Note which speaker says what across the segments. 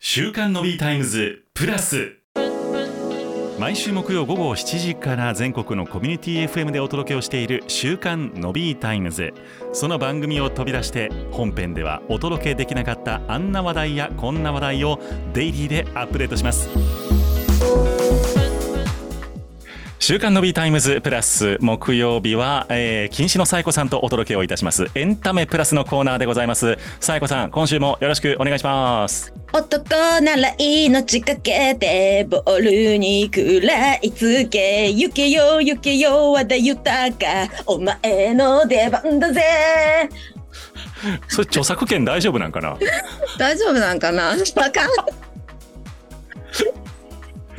Speaker 1: 週刊のビータイムズプラス毎週木曜午後7時から全国のコミュニティ FM でお届けをしている週刊のビータイムズその番組を飛び出して本編ではお届けできなかったあんな話題やこんな話題をデイリーでアップデートします週刊のビータイムズプラス木曜日は、えー、禁止のサイコさんとお届けをいたしますエンタメプラスのコーナーでございますサイコさん今週もよろしくお願いします
Speaker 2: 男なら命かけてボールに食らいつけ行けよ行けよ和田豊かお前の出番だぜ
Speaker 1: それ著作権大丈夫なんかな
Speaker 2: 大丈夫なんかなわかんい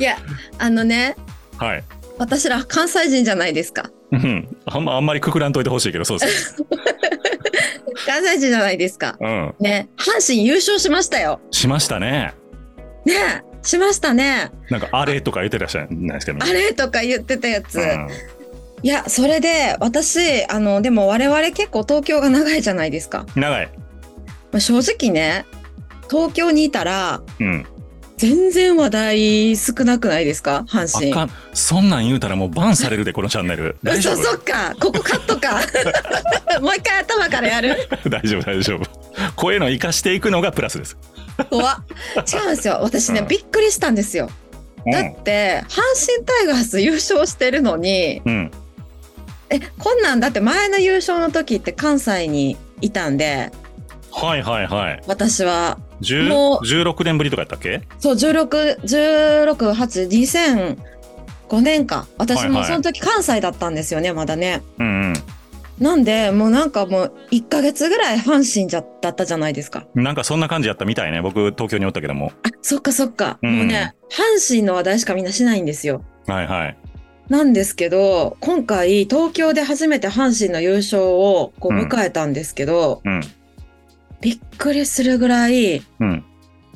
Speaker 2: やあのね
Speaker 1: はい
Speaker 2: 私ら関西人じゃないですか
Speaker 1: うんあんまあんまりくくらんといてほしいけどそうですね
Speaker 2: 関西人じゃないです か
Speaker 1: うん
Speaker 2: ね阪神優勝しましたよ
Speaker 1: しましたね
Speaker 2: ねえしましたね
Speaker 1: なんかあれとか言ってらっしゃるんじゃないですかみん
Speaker 2: あ
Speaker 1: な
Speaker 2: れとか言ってたやつ、
Speaker 1: うん
Speaker 2: いやそれで私あのでも我々結構東京が長いじゃないですか
Speaker 1: 長い
Speaker 2: まあ、正直ね東京にいたら
Speaker 1: うん
Speaker 2: 全然話題少なくないですか阪神
Speaker 1: あかんそんなん言うたらもうバンされるでこのチャンネル大丈
Speaker 2: 嘘
Speaker 1: 夫
Speaker 2: そっかここカット かもう一回頭からやる
Speaker 1: 大丈夫 大丈夫こういうのを生かしていくのがプラスです、
Speaker 2: 怖っ違うんですよ私ね、
Speaker 1: うん
Speaker 2: びっくりしたんですよ
Speaker 1: う
Speaker 2: だ
Speaker 1: ん
Speaker 2: って阪神タイガース優勝してるのに
Speaker 1: うん
Speaker 2: えこんなんだって前の優勝の時って関西にいたんで
Speaker 1: はいはいはい
Speaker 2: 私はも
Speaker 1: 10
Speaker 2: う
Speaker 1: 16年ぶりとかやったっけ
Speaker 2: そう16182005年か私
Speaker 1: はいは
Speaker 2: も
Speaker 1: い
Speaker 2: その時関西だったんですよねまだね。
Speaker 1: うん
Speaker 2: なんでもうなんかもう1ヶ月ぐらい阪神じゃだったじゃないですか。
Speaker 1: うんなんかそんな感じやったみたいね僕東京におったけども
Speaker 2: あそっかそっか、
Speaker 1: うん
Speaker 2: もうね阪神の話題しかみんなしないんですよ。
Speaker 1: はいはい
Speaker 2: なんですけど今回東京で初めて阪神の優勝をこう
Speaker 1: うん
Speaker 2: 迎えたんですけど、
Speaker 1: うん
Speaker 2: びっくりするぐらい
Speaker 1: うん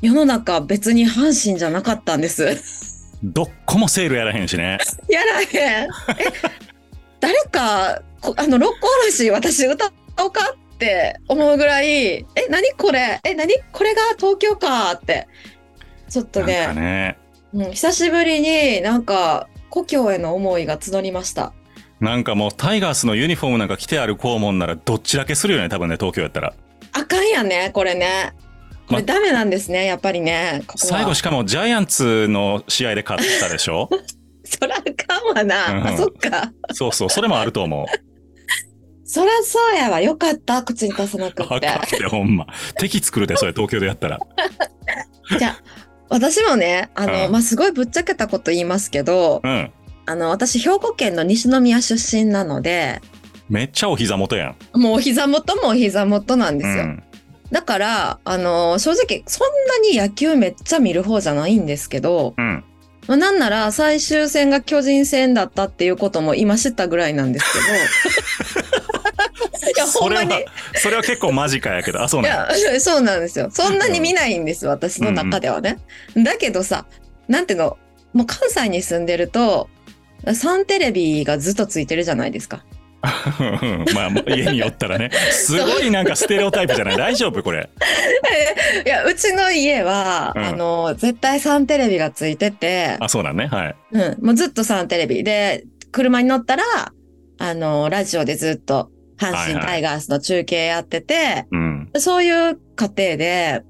Speaker 2: 世の中別に阪神じゃなかったんです。
Speaker 1: どっこもセールやらへんしね
Speaker 2: やらへん。え誰かこあの六甲おろし私歌おうかって思うぐらいえ何これえ何これが東京かってちょっと
Speaker 1: なん
Speaker 2: ね
Speaker 1: かね
Speaker 2: うん、久しぶりになんか故郷への思いが募りました。
Speaker 1: なんかもうタイガースのユニフォームなんか着てある校門ならどっちだけするよね多分ね東京やったら
Speaker 2: あかんやねこれね。これ
Speaker 1: ま
Speaker 2: ダメなんですねやっぱりねここは
Speaker 1: 最後しかもジャイアンツの試合で勝ったでし ょ
Speaker 2: そらあかんわな、
Speaker 1: うん
Speaker 2: あそっか
Speaker 1: そうそうそれもあると思う
Speaker 2: そらそうやわよかった口に出さなく
Speaker 1: あ
Speaker 2: っ
Speaker 1: か
Speaker 2: て
Speaker 1: んてほんま敵作るでそれ東京でやったら
Speaker 2: 私もねあの、
Speaker 1: うん
Speaker 2: まあすごいぶっちゃけたこと言いますけど
Speaker 1: うん
Speaker 2: あの私兵庫県の西宮出身なので
Speaker 1: めっちゃお膝元やん
Speaker 2: もうお膝元もお膝元なんです
Speaker 1: う
Speaker 2: よ、
Speaker 1: ん
Speaker 2: だからあの正直そんなに野球めっちゃ見る方じゃないんですけど、
Speaker 1: うん
Speaker 2: まあなんなら最終戦が巨人戦だったっていうことも今知ったぐらいなんですけど。いや、ほ
Speaker 1: そ
Speaker 2: ん
Speaker 1: れ
Speaker 2: ま
Speaker 1: は
Speaker 2: に。い
Speaker 1: それは結構間近やけどあそうなんや
Speaker 2: や、 そうなんですよ。そんなに見ないんです、私の中ではね。だけどさ、なんていうの、もう関西に住んでると、サンテレビがずっとついてるじゃないですか。
Speaker 1: うんまあもう家におったらねすごいなんかステレオタイプじゃない大丈夫これ
Speaker 2: いや、うちの家は、
Speaker 1: うん
Speaker 2: あの、絶対サンテレビがついてて、
Speaker 1: あそうなんねはい
Speaker 2: うん、もうずっとサンテレビで、車に乗ったら、あの、ラジオでずっと、阪
Speaker 1: はい
Speaker 2: 神
Speaker 1: はい
Speaker 2: タイガースの中継やってて、
Speaker 1: うん
Speaker 2: そういう家庭で、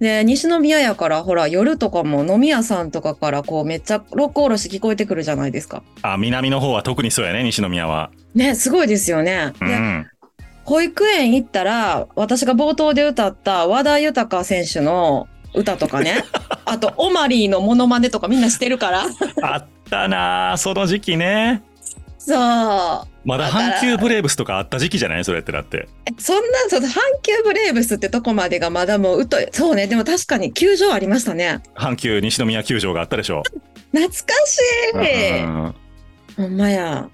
Speaker 2: で、西宮やから、ほら、夜とかも飲み屋さんとかから、こう、めっちゃ六甲おろし聞こえてくるじゃないですか。
Speaker 1: あ南の方は特にそうやね西宮は
Speaker 2: ね、すごいですよね。
Speaker 1: う
Speaker 2: で、
Speaker 1: ん
Speaker 2: 保育園行ったら、私が冒頭で歌った和田豊選手の歌とか ね、あと、オマリーのモノマネとかみんなしてるから。
Speaker 1: あったなあその時期ね
Speaker 2: そう。
Speaker 1: まだ阪急ブレーブスとかあった時期じゃないそれってだって
Speaker 2: えそんな、その阪急ブレーブスってとこまでがまだもう、うとい、そうね、でも確かに球場ありましたね。
Speaker 1: 阪急西宮球場があったでしょ、
Speaker 2: 懐かしい。
Speaker 1: うん
Speaker 2: ほんまや。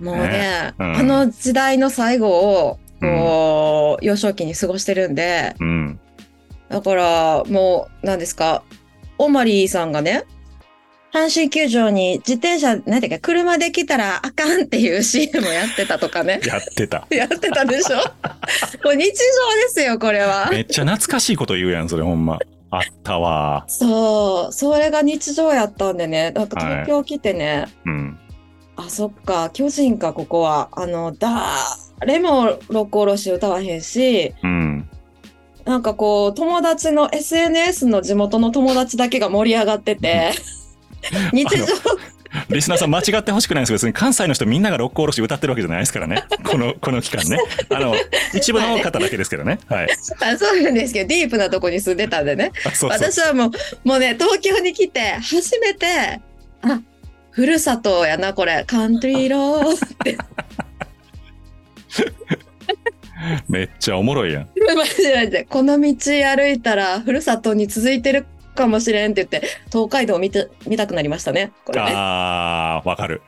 Speaker 2: もうね、
Speaker 1: ねうん
Speaker 2: あの時代の最後を、こう、幼少期に過ごしてるんで、
Speaker 1: うん。
Speaker 2: だから、もう、何ですか、オマリーさんがね、阪神球場に自転車、何だっけ、車で来たらあかんっていう CM をやってたとかね
Speaker 1: やってた
Speaker 2: やってたでしょこれ日常ですよ、これは。
Speaker 1: めっちゃ懐かしいこと言うやんそれほんまあったわ。
Speaker 2: そう、それが日常やったんでね、なんか東京来てね、
Speaker 1: うん。
Speaker 2: あ、そっか、巨人か、ここは。あの、誰も六おろし歌わへんし、
Speaker 1: うん。
Speaker 2: なんかこう、友達の SNS の地元の友達だけが盛り上がってて、 日常、
Speaker 1: リスナーさん間違ってほしくないんですけど、別に関西の人みんなが六甲おろし歌ってるわけじゃないですから ね。この、この期間ね。あの、一部の方だけですけどね。はい。
Speaker 2: あそうなんですけど、ディープなとこに住んでたんでね。
Speaker 1: あそうそう。
Speaker 2: 私はもう、もうね、東京に来て、初めて、あ、ふるさとやな、これ。カントリーロードって。
Speaker 1: めっちゃおもろいやん。
Speaker 2: マジでマジでこの道歩いたら、ふるさとに続いてるかもしれんって言って、東海道を見て見たくなりましたね。これね。
Speaker 1: あー、わかる。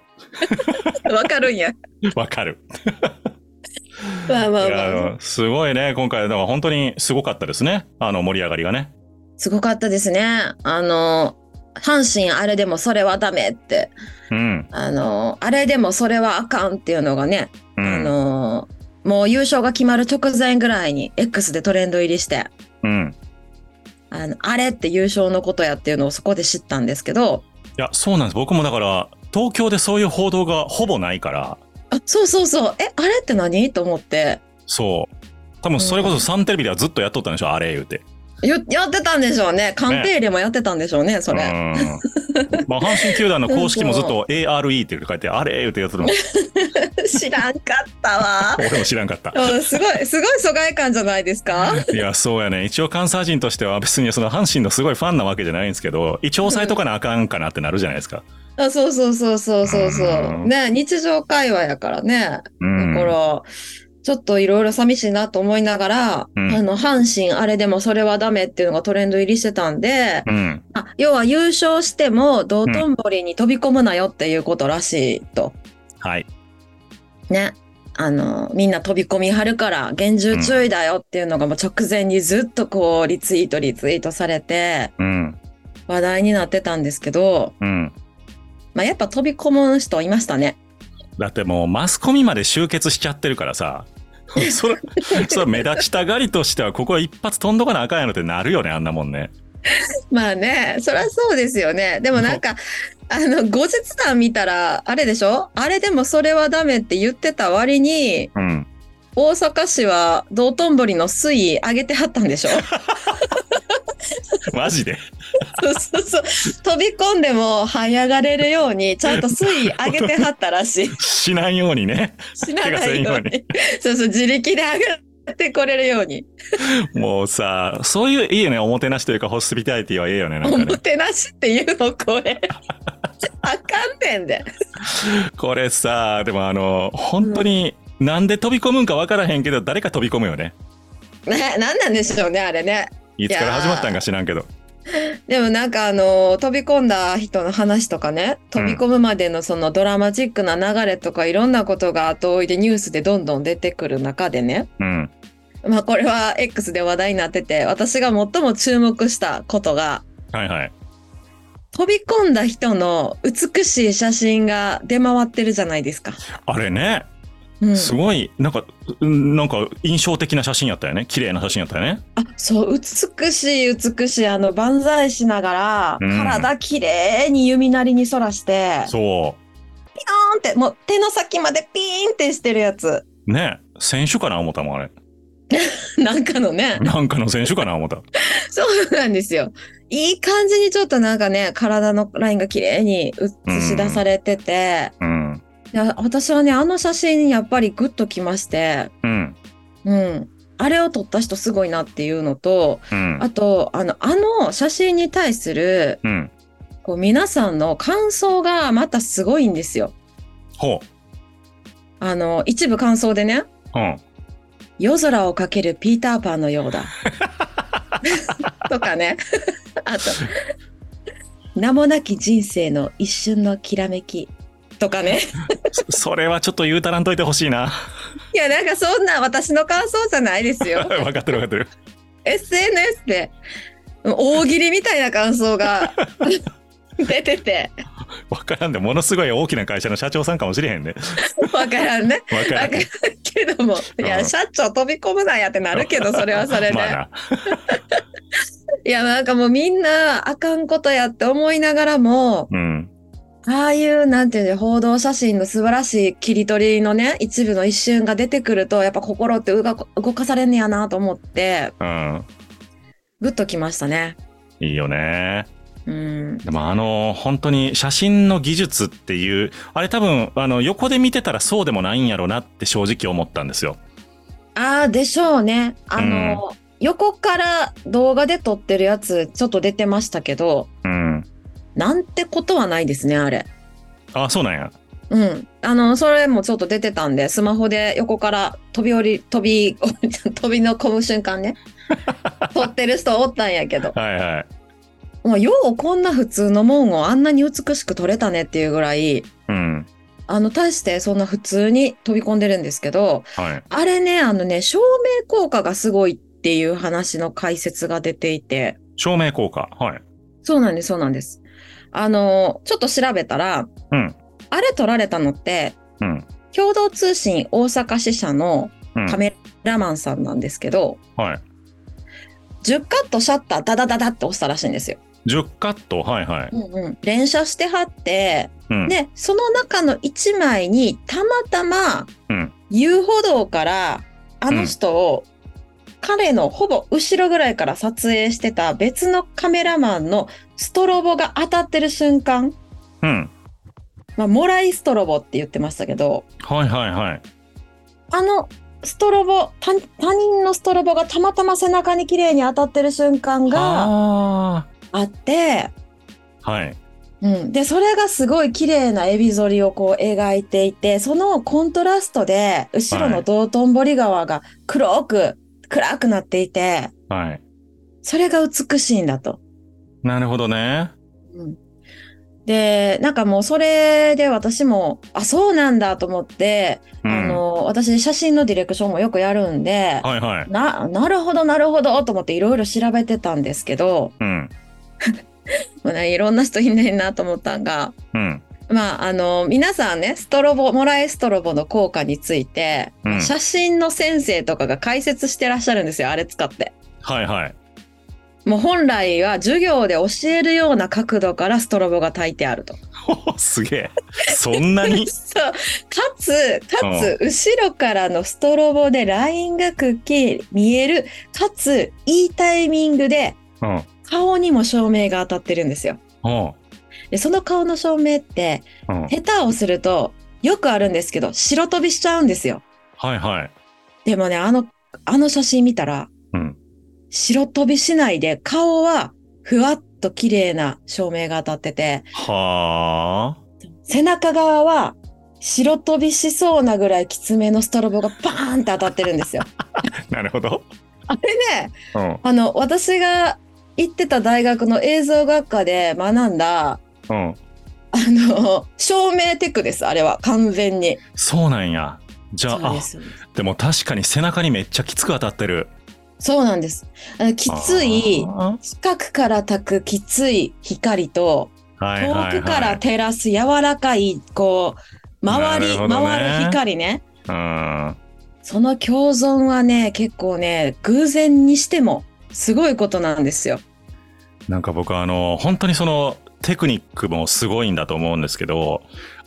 Speaker 2: わかるんや。
Speaker 1: わか る。
Speaker 2: まあまあ
Speaker 1: いや
Speaker 2: まあ。
Speaker 1: あのすごいね、今回、だから本当にすごかったですね。あの、盛り上がりがね。
Speaker 2: すごかったですね。あの、阪神あれでもそれはダメって、
Speaker 1: うん。
Speaker 2: あの、あれでもそれはあかんっていうのがね、
Speaker 1: う
Speaker 2: あ
Speaker 1: ん。
Speaker 2: の、もう優勝が決まる直前ぐらいに X でトレンド入りして、
Speaker 1: うん。
Speaker 2: あの、あれって優勝のことやっていうのをそこで知ったんですけど、
Speaker 1: いや、そうなんです。僕もだから、東京でそういう報道がほぼないから、
Speaker 2: あ、そうそうそう、え、あれって何と思って、
Speaker 1: そう。多分それこそサンテレビではずっとやっとったんでしょ、あれ言うて。
Speaker 2: ややってたんでしょうね。鑑定入れもやってたんでしょうね、それ。
Speaker 1: うんまあ、阪神球団の公式もずっと ARE って書いて、あれ言うてやつのも、
Speaker 2: 知らんかったわ。
Speaker 1: 俺も知らんかった。
Speaker 2: うんすごい、すごい疎外感じゃないですか
Speaker 1: いや、そうやね。一応関西人としては別にその阪神のすごいファンなわけじゃないんですけど、一応抑えとかなあかんかなってなるじゃないですか。
Speaker 2: あそうそうそうそうそうそうう。
Speaker 1: ん
Speaker 2: ね日常会話やからね。
Speaker 1: う
Speaker 2: だ
Speaker 1: ん。
Speaker 2: から、ちょっといろいろ寂しいなと思いながら、
Speaker 1: うん
Speaker 2: あの、阪神あれでもそれはダメっていうのがトレンド入りしてたんで、
Speaker 1: うん。
Speaker 2: あ要は優勝しても道頓堀に飛び込むなよっていうことらしいと。
Speaker 1: はい。
Speaker 2: ね。あの、みんな飛び込みはるから厳重注意だよっていうのがもう直前にずっとこうリツイートリツイートされて
Speaker 1: うん。
Speaker 2: 話題になってたんですけど、
Speaker 1: うん。
Speaker 2: まあやっぱ飛び込む人いましたね。
Speaker 1: だってもうマスコミまで集結しちゃってるからさ。 それ、それ目立ちたがりとしては、ここは一発飛んどかなあかんやろってなるよね、あんなもんね。
Speaker 2: まあね、そりゃそうですよね。でもなんか、あの、後日談見たら、あれでしょあれでもそれはダメって言ってた割に、
Speaker 1: うん。
Speaker 2: 大阪市は道頓堀の水位上げてはったんでしょ
Speaker 1: マジで。
Speaker 2: そうそうそう。飛び込んでも這い上がれるように、ちゃんと水位上げてはったらしい。
Speaker 1: しないようにね。
Speaker 2: 死なないよう
Speaker 1: 怪我せん
Speaker 2: に。そうそう、自力で上がってこれるように。
Speaker 1: もうさ、そういう、いいよね。おもてなしというか、ホスピタリティはいいよね。なん
Speaker 2: お
Speaker 1: か
Speaker 2: も
Speaker 1: ね。
Speaker 2: てなしっていうの、これ。あかんねんで。
Speaker 1: これさ、でもあの、本当に、なんで飛び込むんかわからへんけど、誰か飛び込むよね。
Speaker 2: ね、なんなんでしょうね、あれね。
Speaker 1: いつから始まったんか知らんけど。
Speaker 2: でもなんかあの飛び込んだ人の話とかね飛び込むまでのそのドラマチックな流れとかいろんなことが後追いでニュースでどんどん出てくる中でね
Speaker 1: うん。
Speaker 2: まあこれは X で話題になってて私が最も注目したことが
Speaker 1: はいはい。
Speaker 2: 飛び込んだ人の美しい写真が出回ってるじゃないですか。
Speaker 1: あれね、
Speaker 2: うん、
Speaker 1: すごい、なんか、うんなんか印象的な写真やったよね。綺麗な写真やったよね。
Speaker 2: あそう美しい美しいあの万歳しながら、
Speaker 1: うん
Speaker 2: 体きれいに弓なりに反らして
Speaker 1: そ
Speaker 2: ポーンってもう手の先までピーンってしてるやつ。
Speaker 1: う。ね。選手かな思ったも ん、あれ。
Speaker 2: なんかのね、
Speaker 1: なんかの選手かな思った。
Speaker 2: そうなんですよ。いい感じにちょっとなんかね、体のラインが綺麗に映し出されてて、
Speaker 1: うん。
Speaker 2: いや私はね、あの写真やっぱりグッときまして、
Speaker 1: うん。
Speaker 2: うん。あれを撮った人すごいなっていうのと、
Speaker 1: うん。
Speaker 2: あと、あの、あの写真に対する、
Speaker 1: うん。
Speaker 2: こう、皆さんの感想がまたすごいんですよ。
Speaker 1: ほ
Speaker 2: あの、一部感想でね、
Speaker 1: う。うん。
Speaker 2: 夜空をかけるピーターパンのようだ。とかね。あと、名もなき人生の一瞬のきらめき。とかね。
Speaker 1: そ それはちょっと言うたらんといてほしいな。
Speaker 2: いや、なんかそんな私の感想じゃないです よ。
Speaker 1: 分かってる分かってる。
Speaker 2: SNS で大喜利みたいな感想が 出てて、
Speaker 1: わからんで、ものすごい大きな会社の社長さんかもしれへんね。
Speaker 2: わからんね。
Speaker 1: わか
Speaker 2: わ
Speaker 1: ら
Speaker 2: からん
Speaker 1: ん。
Speaker 2: けども、いうや、
Speaker 1: ん
Speaker 2: 社長飛び込むなやってなるけど、それはそれで。
Speaker 1: まあな
Speaker 2: いや、なんかもうみんなあかんことやって思いながらも、
Speaker 1: うん
Speaker 2: ああいう、なんていうの、報道写真の素晴らしい切り取りのね、一部の一瞬が出てくると、やっぱ心ってうが動かされんねやなと思って、
Speaker 1: うん
Speaker 2: グッときましたね。
Speaker 1: いいよね
Speaker 2: うん。
Speaker 1: でもあの本当に写真の技術っていうあれ多分あの横で見てたらそうでもないんやろなって正直思ったんですよ
Speaker 2: ああ、でしょうね。あの、横から動画で撮ってるやつ、ちょっと出てましたけど、
Speaker 1: うん
Speaker 2: なんてことはないですね、あれ。
Speaker 1: あそうなんや
Speaker 2: うん。あの、それもちょっと出てたんで、スマホで横から飛び降り、飛び、 飛びのこむ瞬間ね。撮ってる人おったんやけど。
Speaker 1: はいはい
Speaker 2: もうようこんな普通のもんをあんなに美しく撮れたねっていうぐらい、
Speaker 1: うん
Speaker 2: あの、大してそんな普通に飛び込んでるんですけど、
Speaker 1: はい
Speaker 2: あれね、あのね、照明効果がすごいっていう話の解説が出ていて、
Speaker 1: 照明効果はい
Speaker 2: そうなんです、そうなんです。あの、ちょっと調べたら、
Speaker 1: うん
Speaker 2: あれ撮られたのって、
Speaker 1: うん
Speaker 2: 共同通信大阪支社の
Speaker 1: うん
Speaker 2: カメラマンさんなんですけど、
Speaker 1: はい
Speaker 2: 10カットシャッターダダダダって押したらしいんですよ。
Speaker 1: 10カットはいはい
Speaker 2: うんうん、連写してはって、
Speaker 1: うん
Speaker 2: で、その中の1枚にたまたま
Speaker 1: うん
Speaker 2: 遊歩道からあの人を、彼のほぼ後ろぐらいから撮影してた別のカメラマンのストロボが当たってる瞬間、
Speaker 1: うん
Speaker 2: まあ、モライストロボって言ってましたけど、
Speaker 1: はいはいはい
Speaker 2: あのストロボ他、他人のストロボがたまたま背中に綺麗に当たってる瞬間が
Speaker 1: あ
Speaker 2: あって、
Speaker 1: ーはい
Speaker 2: うん、で、それがすごい綺麗なエビ反りをこう描いていて、そのコントラストで、後ろ
Speaker 1: は
Speaker 2: の
Speaker 1: い
Speaker 2: 道頓堀川が黒く、暗くなっていて、
Speaker 1: はい
Speaker 2: それが美しいんだと。
Speaker 1: なるほどね
Speaker 2: うんで、なんかもうそれで私も、あ、そうなんだと思って、
Speaker 1: うん
Speaker 2: あの、私写真のディレクションもよくやるんで、
Speaker 1: はいはい
Speaker 2: な、なるほど、なるほど、と思っていろいろ調べてたんですけど、
Speaker 1: うん
Speaker 2: まあねいろんな人いんねんなと思ったんが、
Speaker 1: うん
Speaker 2: まあ、あの、皆さんね、ストロボ、モラエストロボの効果について、
Speaker 1: うん
Speaker 2: 写真の先生とかが解説してらっしゃるんですよ、あれ使って。
Speaker 1: はいはい
Speaker 2: もう本来は授業で教えるような角度からストロボが焚いてあると。
Speaker 1: おすげえそんな に
Speaker 2: そう。かつ、かつ、後ろからのストロボでラインがくっきり見える、かつ、いいタイミングで
Speaker 1: うん
Speaker 2: 顔にも照明が当たってるんですよ。
Speaker 1: おう
Speaker 2: で、その顔の照明って、
Speaker 1: うんはい
Speaker 2: 下手をすると、よくあるんですけど、白飛びしちゃうんですよ。
Speaker 1: はい
Speaker 2: でもね、あの、あの写真見たら、
Speaker 1: うん
Speaker 2: 白飛びしないで、顔はふわっと綺麗な照明が当たってて、
Speaker 1: はあ
Speaker 2: 背中側は白飛びしそうなぐらいきつめのストロボがバーンって当たってるんですよ。
Speaker 1: なるほど
Speaker 2: あれね、
Speaker 1: うん
Speaker 2: あの、私が行ってた大学の映像学科で学んだ、
Speaker 1: うん
Speaker 2: あの、照明テクです、あれは、完全に。
Speaker 1: そうなんやじゃ
Speaker 2: そう
Speaker 1: あ
Speaker 2: で。
Speaker 1: ですでも確かに背中にめっちゃきつく当たってる
Speaker 2: そうなんです。あのきつい、
Speaker 1: あ
Speaker 2: 近くから焚くきつい光と、
Speaker 1: ーはいはい、はい、
Speaker 2: 遠くから照らす柔らかいこう回り、
Speaker 1: なるほどね
Speaker 2: 回る光ね
Speaker 1: うん
Speaker 2: その共存はね結構ね偶然にしてもすごいことなんですよ。
Speaker 1: なんか僕あの本当にそのテクニックもすごいんだと思うんですけど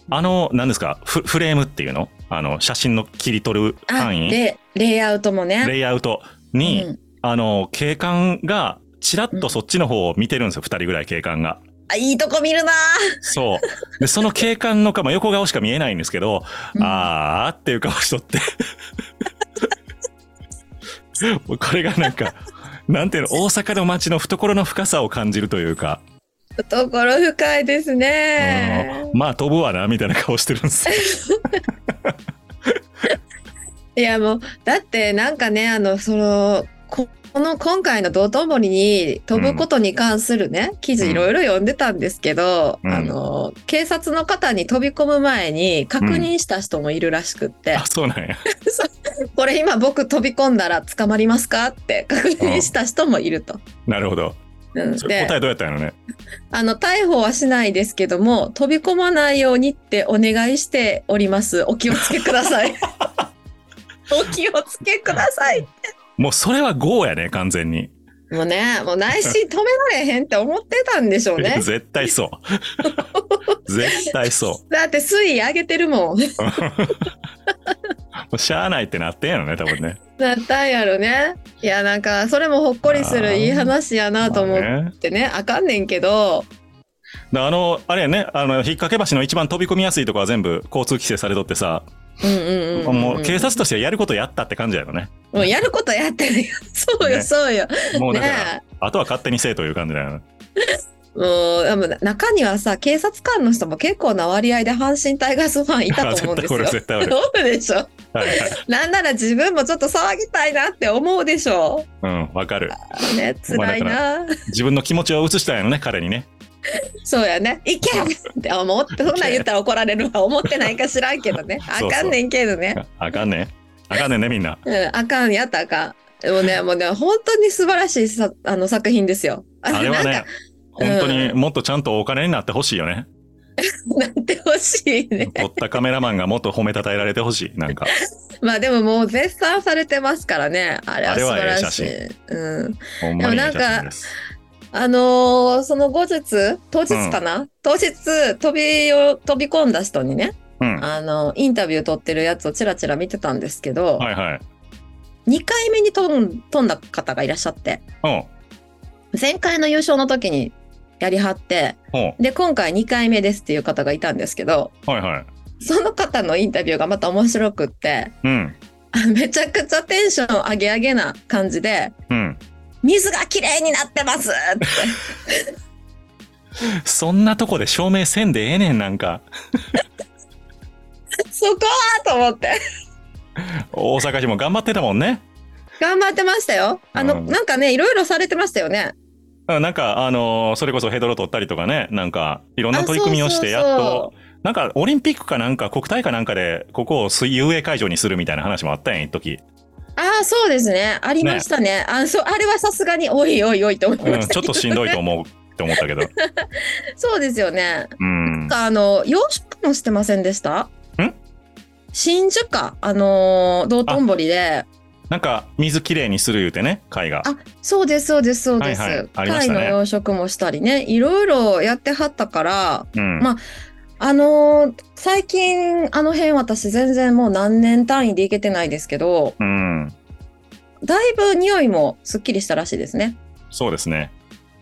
Speaker 1: あの何ですかフフレームっていうのあの写真の切り取る
Speaker 2: あ
Speaker 1: 範囲レ
Speaker 2: でレイアウトもね。
Speaker 1: イアウトに、
Speaker 2: うん、
Speaker 1: あの警官がちらっとそっちの方を見てるんですよ、二人ぐらい警官が。
Speaker 2: あいいとこ見るな
Speaker 1: そう。で、その警官の顔、まあ横顔しか見えないんですけど、
Speaker 2: うん
Speaker 1: あーっていう顔しとって。 もうこれがなんか、なんていうの、大阪の街の懐の深さを感じるというか、
Speaker 2: ところ深いですね。
Speaker 1: まあ飛ぶわな、みたいな顔してるんですよ。
Speaker 2: いやもうだってなんかねあのそのここの今回の道頓堀に飛ぶことに関するね、記事いろいろ読んでたんですけど、
Speaker 1: うん
Speaker 2: あの警察の方に飛び込む前に確認した人もいるらしくって
Speaker 1: あ、、そうなんや。
Speaker 2: これ今僕飛び込んだら捕まりますかって確認した人もいると。
Speaker 1: なるほど。
Speaker 2: うん、
Speaker 1: それ
Speaker 2: で
Speaker 1: 答えどうやったんやろね。
Speaker 2: あの逮捕はしないですけども飛び込まないようにってお願いしておりますお気をつけくだ さいお気をつけください
Speaker 1: もうそれは GO やね、完全に。
Speaker 2: もうね、もう内心止められへんって思ってたんでしょ うね。
Speaker 1: 絶対そう 絶対そ
Speaker 2: だって水位上げてるもん。
Speaker 1: うもうしゃあないってなってんやろね多分ね
Speaker 2: なったんやろね。いや、なんか、それもほっこりするいい話やなと
Speaker 1: ま
Speaker 2: 思っ
Speaker 1: あね
Speaker 2: てね、あかんねんけど、
Speaker 1: だあのあれやねあの引っ掛け橋の一番飛び込みやすいとこは全部交通規制されとってさ、
Speaker 2: うんうんうんうん。
Speaker 1: もう警察としてはやることやったって感じやろね
Speaker 2: もうやることやってるよ。 そうよ、
Speaker 1: ね
Speaker 2: そうよ。
Speaker 1: もうだから、
Speaker 2: ね
Speaker 1: あとは勝手にせえという感じだよね
Speaker 2: もう、でも中にはさ、警察官の人も結構な割合で阪神タイガースファンいたと思うんですよ。
Speaker 1: あ 絶対俺絶対
Speaker 2: そうでしょ。
Speaker 1: はいはい
Speaker 2: なんなら自分もちょっと騒ぎたいなって思うでしょ。
Speaker 1: うんわかる
Speaker 2: ね、辛いな。
Speaker 1: 自分の気持ちを移したんやろね彼にね
Speaker 2: そうやね。いけって思って、そんなん言ったら怒られるわ。思ってないか知らんけどね。あ
Speaker 1: そうそう
Speaker 2: かんねんけどね。
Speaker 1: あかんねあかんねんねみんな
Speaker 2: うん、あかん、やったらあかん。でもね、もうね、本当に素晴らしいさあの作品ですよ。
Speaker 1: あれは
Speaker 2: な
Speaker 1: ね
Speaker 2: んか、
Speaker 1: 本当にもっとちゃんとお金になってほしいよね。
Speaker 2: なんてほしいね。
Speaker 1: 撮ったカメラマンがもっと褒めたたえられてほしい。なんか、
Speaker 2: まあでももう絶賛されてますからね。あれは素晴らしい。
Speaker 1: あ
Speaker 2: うん。
Speaker 1: ほんまにいい
Speaker 2: でもなんか
Speaker 1: 写真です。
Speaker 2: あのーその後日、当日かな、当日、飛びを、飛び込んだ人にね、
Speaker 1: うん。は
Speaker 2: あの、インタビュー撮ってるやつをちらちら見てたんですけど、
Speaker 1: いはい。
Speaker 2: 2回目に飛ん飛んだ方がいらっしゃって、
Speaker 1: うん。
Speaker 2: 前回の優勝の時にやりはって、
Speaker 1: うん。
Speaker 2: で、今回2回目ですっていう方がいたんですけど、
Speaker 1: はいはい。
Speaker 2: その方のインタビューがまた面白くって、
Speaker 1: うん。
Speaker 2: めちゃくちゃテンション上げ上げな感じで、
Speaker 1: うん。
Speaker 2: 水がきれいになってますって。
Speaker 1: そんなとこで証明せんでええねん、なんか。
Speaker 2: そこはと思って。
Speaker 1: 大阪市も頑張ってたもんね。
Speaker 2: 頑張ってましたよ。あの、
Speaker 1: うん
Speaker 2: なんかね、いろいろされてましたよね。
Speaker 1: うんなんか、あのーそれこそヘドロ取ったりとかね、なんか、いろんな取り組みをして、
Speaker 2: あ
Speaker 1: やっ
Speaker 2: そうそう
Speaker 1: と、
Speaker 2: そう
Speaker 1: なんか、オリンピックかなんか、国体かなんかで、ここを水遊泳会場にするみたいな話もあったやん、一時。
Speaker 2: ああ、そうですね。ありましたね。あそうあれはさすがに、おいおいおいと思いま
Speaker 1: うん、
Speaker 2: した、
Speaker 1: ちょっとしんどいと思うって思った けど。
Speaker 2: そうですよね。
Speaker 1: うん。
Speaker 2: なんかあの、洋食もしてませんでした
Speaker 1: ん
Speaker 2: 真珠か。あのー道頓堀で。
Speaker 1: なんか水きれいにする言うてね貝が
Speaker 2: あそうです、そうです、そうです。
Speaker 1: はいはいありまし
Speaker 2: 貝
Speaker 1: たね
Speaker 2: の養殖もしたりね、いろいろやってはったから、
Speaker 1: うん、
Speaker 2: まあのー最近、あの辺私全然もう何年単位で行けてないですけど、
Speaker 1: うん、
Speaker 2: だいぶ匂いもすっきりしたらしいですね。
Speaker 1: そうですね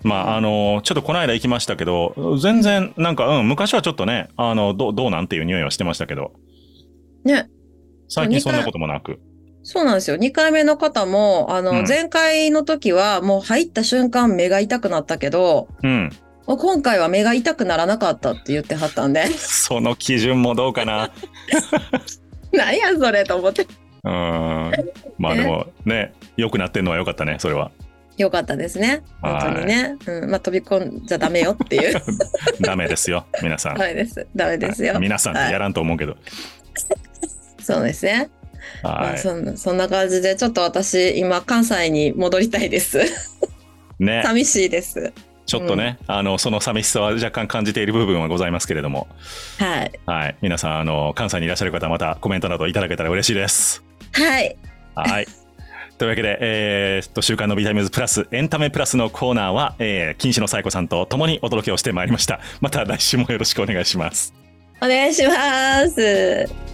Speaker 1: まああのちょっとこの間行きましたけど全然なんかうん昔はちょっとねあのどうどうなんていう匂いはしてましたけど
Speaker 2: ね。
Speaker 1: 最近そんなこともなく
Speaker 2: そうなんですよ。2回目の方も、あ
Speaker 1: う
Speaker 2: の
Speaker 1: ん、
Speaker 2: 前回の時はもう入った瞬間目が痛くなったけど、
Speaker 1: うん
Speaker 2: もう今回は目が痛くならなかったって言ってはったんで、
Speaker 1: その基準もどうかな
Speaker 2: なんやそれと思って。
Speaker 1: うんまあでもね良くなってんのは良かったねそれは
Speaker 2: よかったですね。
Speaker 1: はい
Speaker 2: 本当にね。うん。まあ、飛び込んじゃダメよっ ていう。
Speaker 1: ダメですよ皆 さん
Speaker 2: ダメです。ダメですよ。
Speaker 1: はい皆さんってやらんと思うけど
Speaker 2: そうですね。ま
Speaker 1: は
Speaker 2: あ、
Speaker 1: い
Speaker 2: そんなそんな感じで、ちょっと私、今、関西に戻りたいです。
Speaker 1: ね
Speaker 2: 寂しいです。
Speaker 1: ちょっとね、あのその寂しさは若干感じている部分はございますけれども
Speaker 2: はい。
Speaker 1: はい。皆さん、あの、関西にいらっしゃる方、またコメントなどいただけたら嬉しいです。
Speaker 2: はい。
Speaker 1: はい。というわけで、えーっと、週刊のビタミンズプラス、エンタメプラスのコーナーは、えー、金子のサイコさんと共にお届けをしてまいりました。また来週もよろしくお願いします。
Speaker 2: お願いします。